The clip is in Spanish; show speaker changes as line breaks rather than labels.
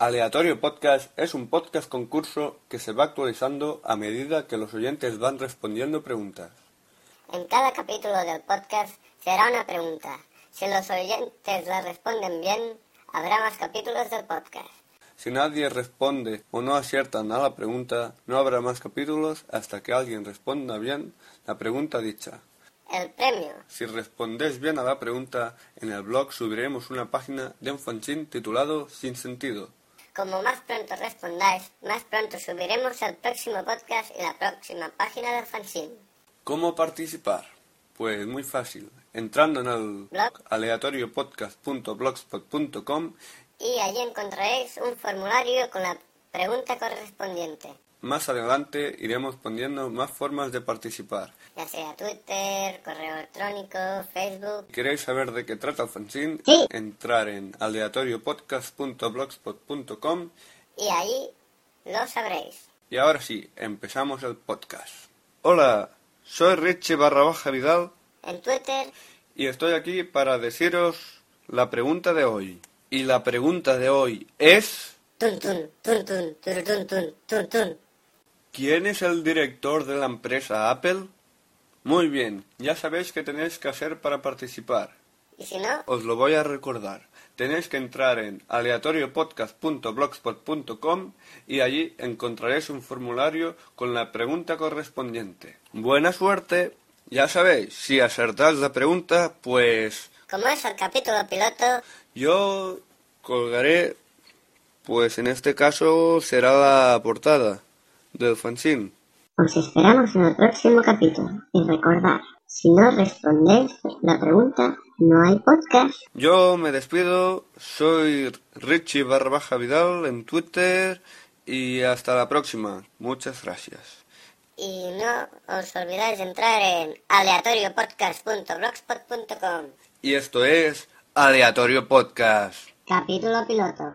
Aleatorio Podcast es un podcast concurso que se va actualizando a medida que los oyentes van respondiendo preguntas.
En cada capítulo del podcast será una pregunta. Si los oyentes la responden bien, habrá más capítulos del podcast.
Si nadie responde o no aciertan a la pregunta, no habrá más capítulos hasta que alguien responda bien la pregunta dicha.
El premio.
Si respondéis bien a la pregunta, en el blog subiremos una página de un fanzine titulado Sin Sentido.
Como más pronto respondáis, más pronto subiremos el próximo podcast y la próxima página del fanzine.
¿Cómo participar? Pues muy fácil. Entrando en el blog aleatoriopodcast.blogspot.com,
Y allí encontraréis un formulario con la pregunta correspondiente,
más adelante iremos poniendo más formas de participar.
ya sea Twitter, correo electrónico, Facebook.
Si queréis saber de qué trata el fanzine,
Sí.
entrar en aleatoriopodcast.blogspot.com
Y ahí lo sabréis.
Y ahora sí, empezamos el podcast. Hola, soy Reche barra baja Vidal
En Twitter,
y estoy aquí para deciros la pregunta de hoy. Y la pregunta de hoy es...
tun tun, tun tun, turutun, tun tun tun.
¿Quién es el director de la empresa Apple? Muy bien, ya sabéis qué tenéis que hacer para participar.
Y si no,
Os lo voy a recordar. Tenéis que entrar en aleatoriopodcast.blogspot.com y allí encontraréis un formulario con la pregunta correspondiente. Buena suerte. Ya sabéis, si acertáis la pregunta, pues
como es el capítulo piloto,
yo colgaré, pues en este caso será la portada del fanzine.
Os esperamos en el próximo capítulo y recordad, si no respondéis la pregunta, no hay podcast.
Yo me despido, soy Richie barra baja Vidal en Twitter y hasta la próxima. Muchas gracias.
y no os olvidáis de entrar en aleatoriopodcast.blogspot.com.
Y esto es Aleatorio Podcast.
Capítulo piloto.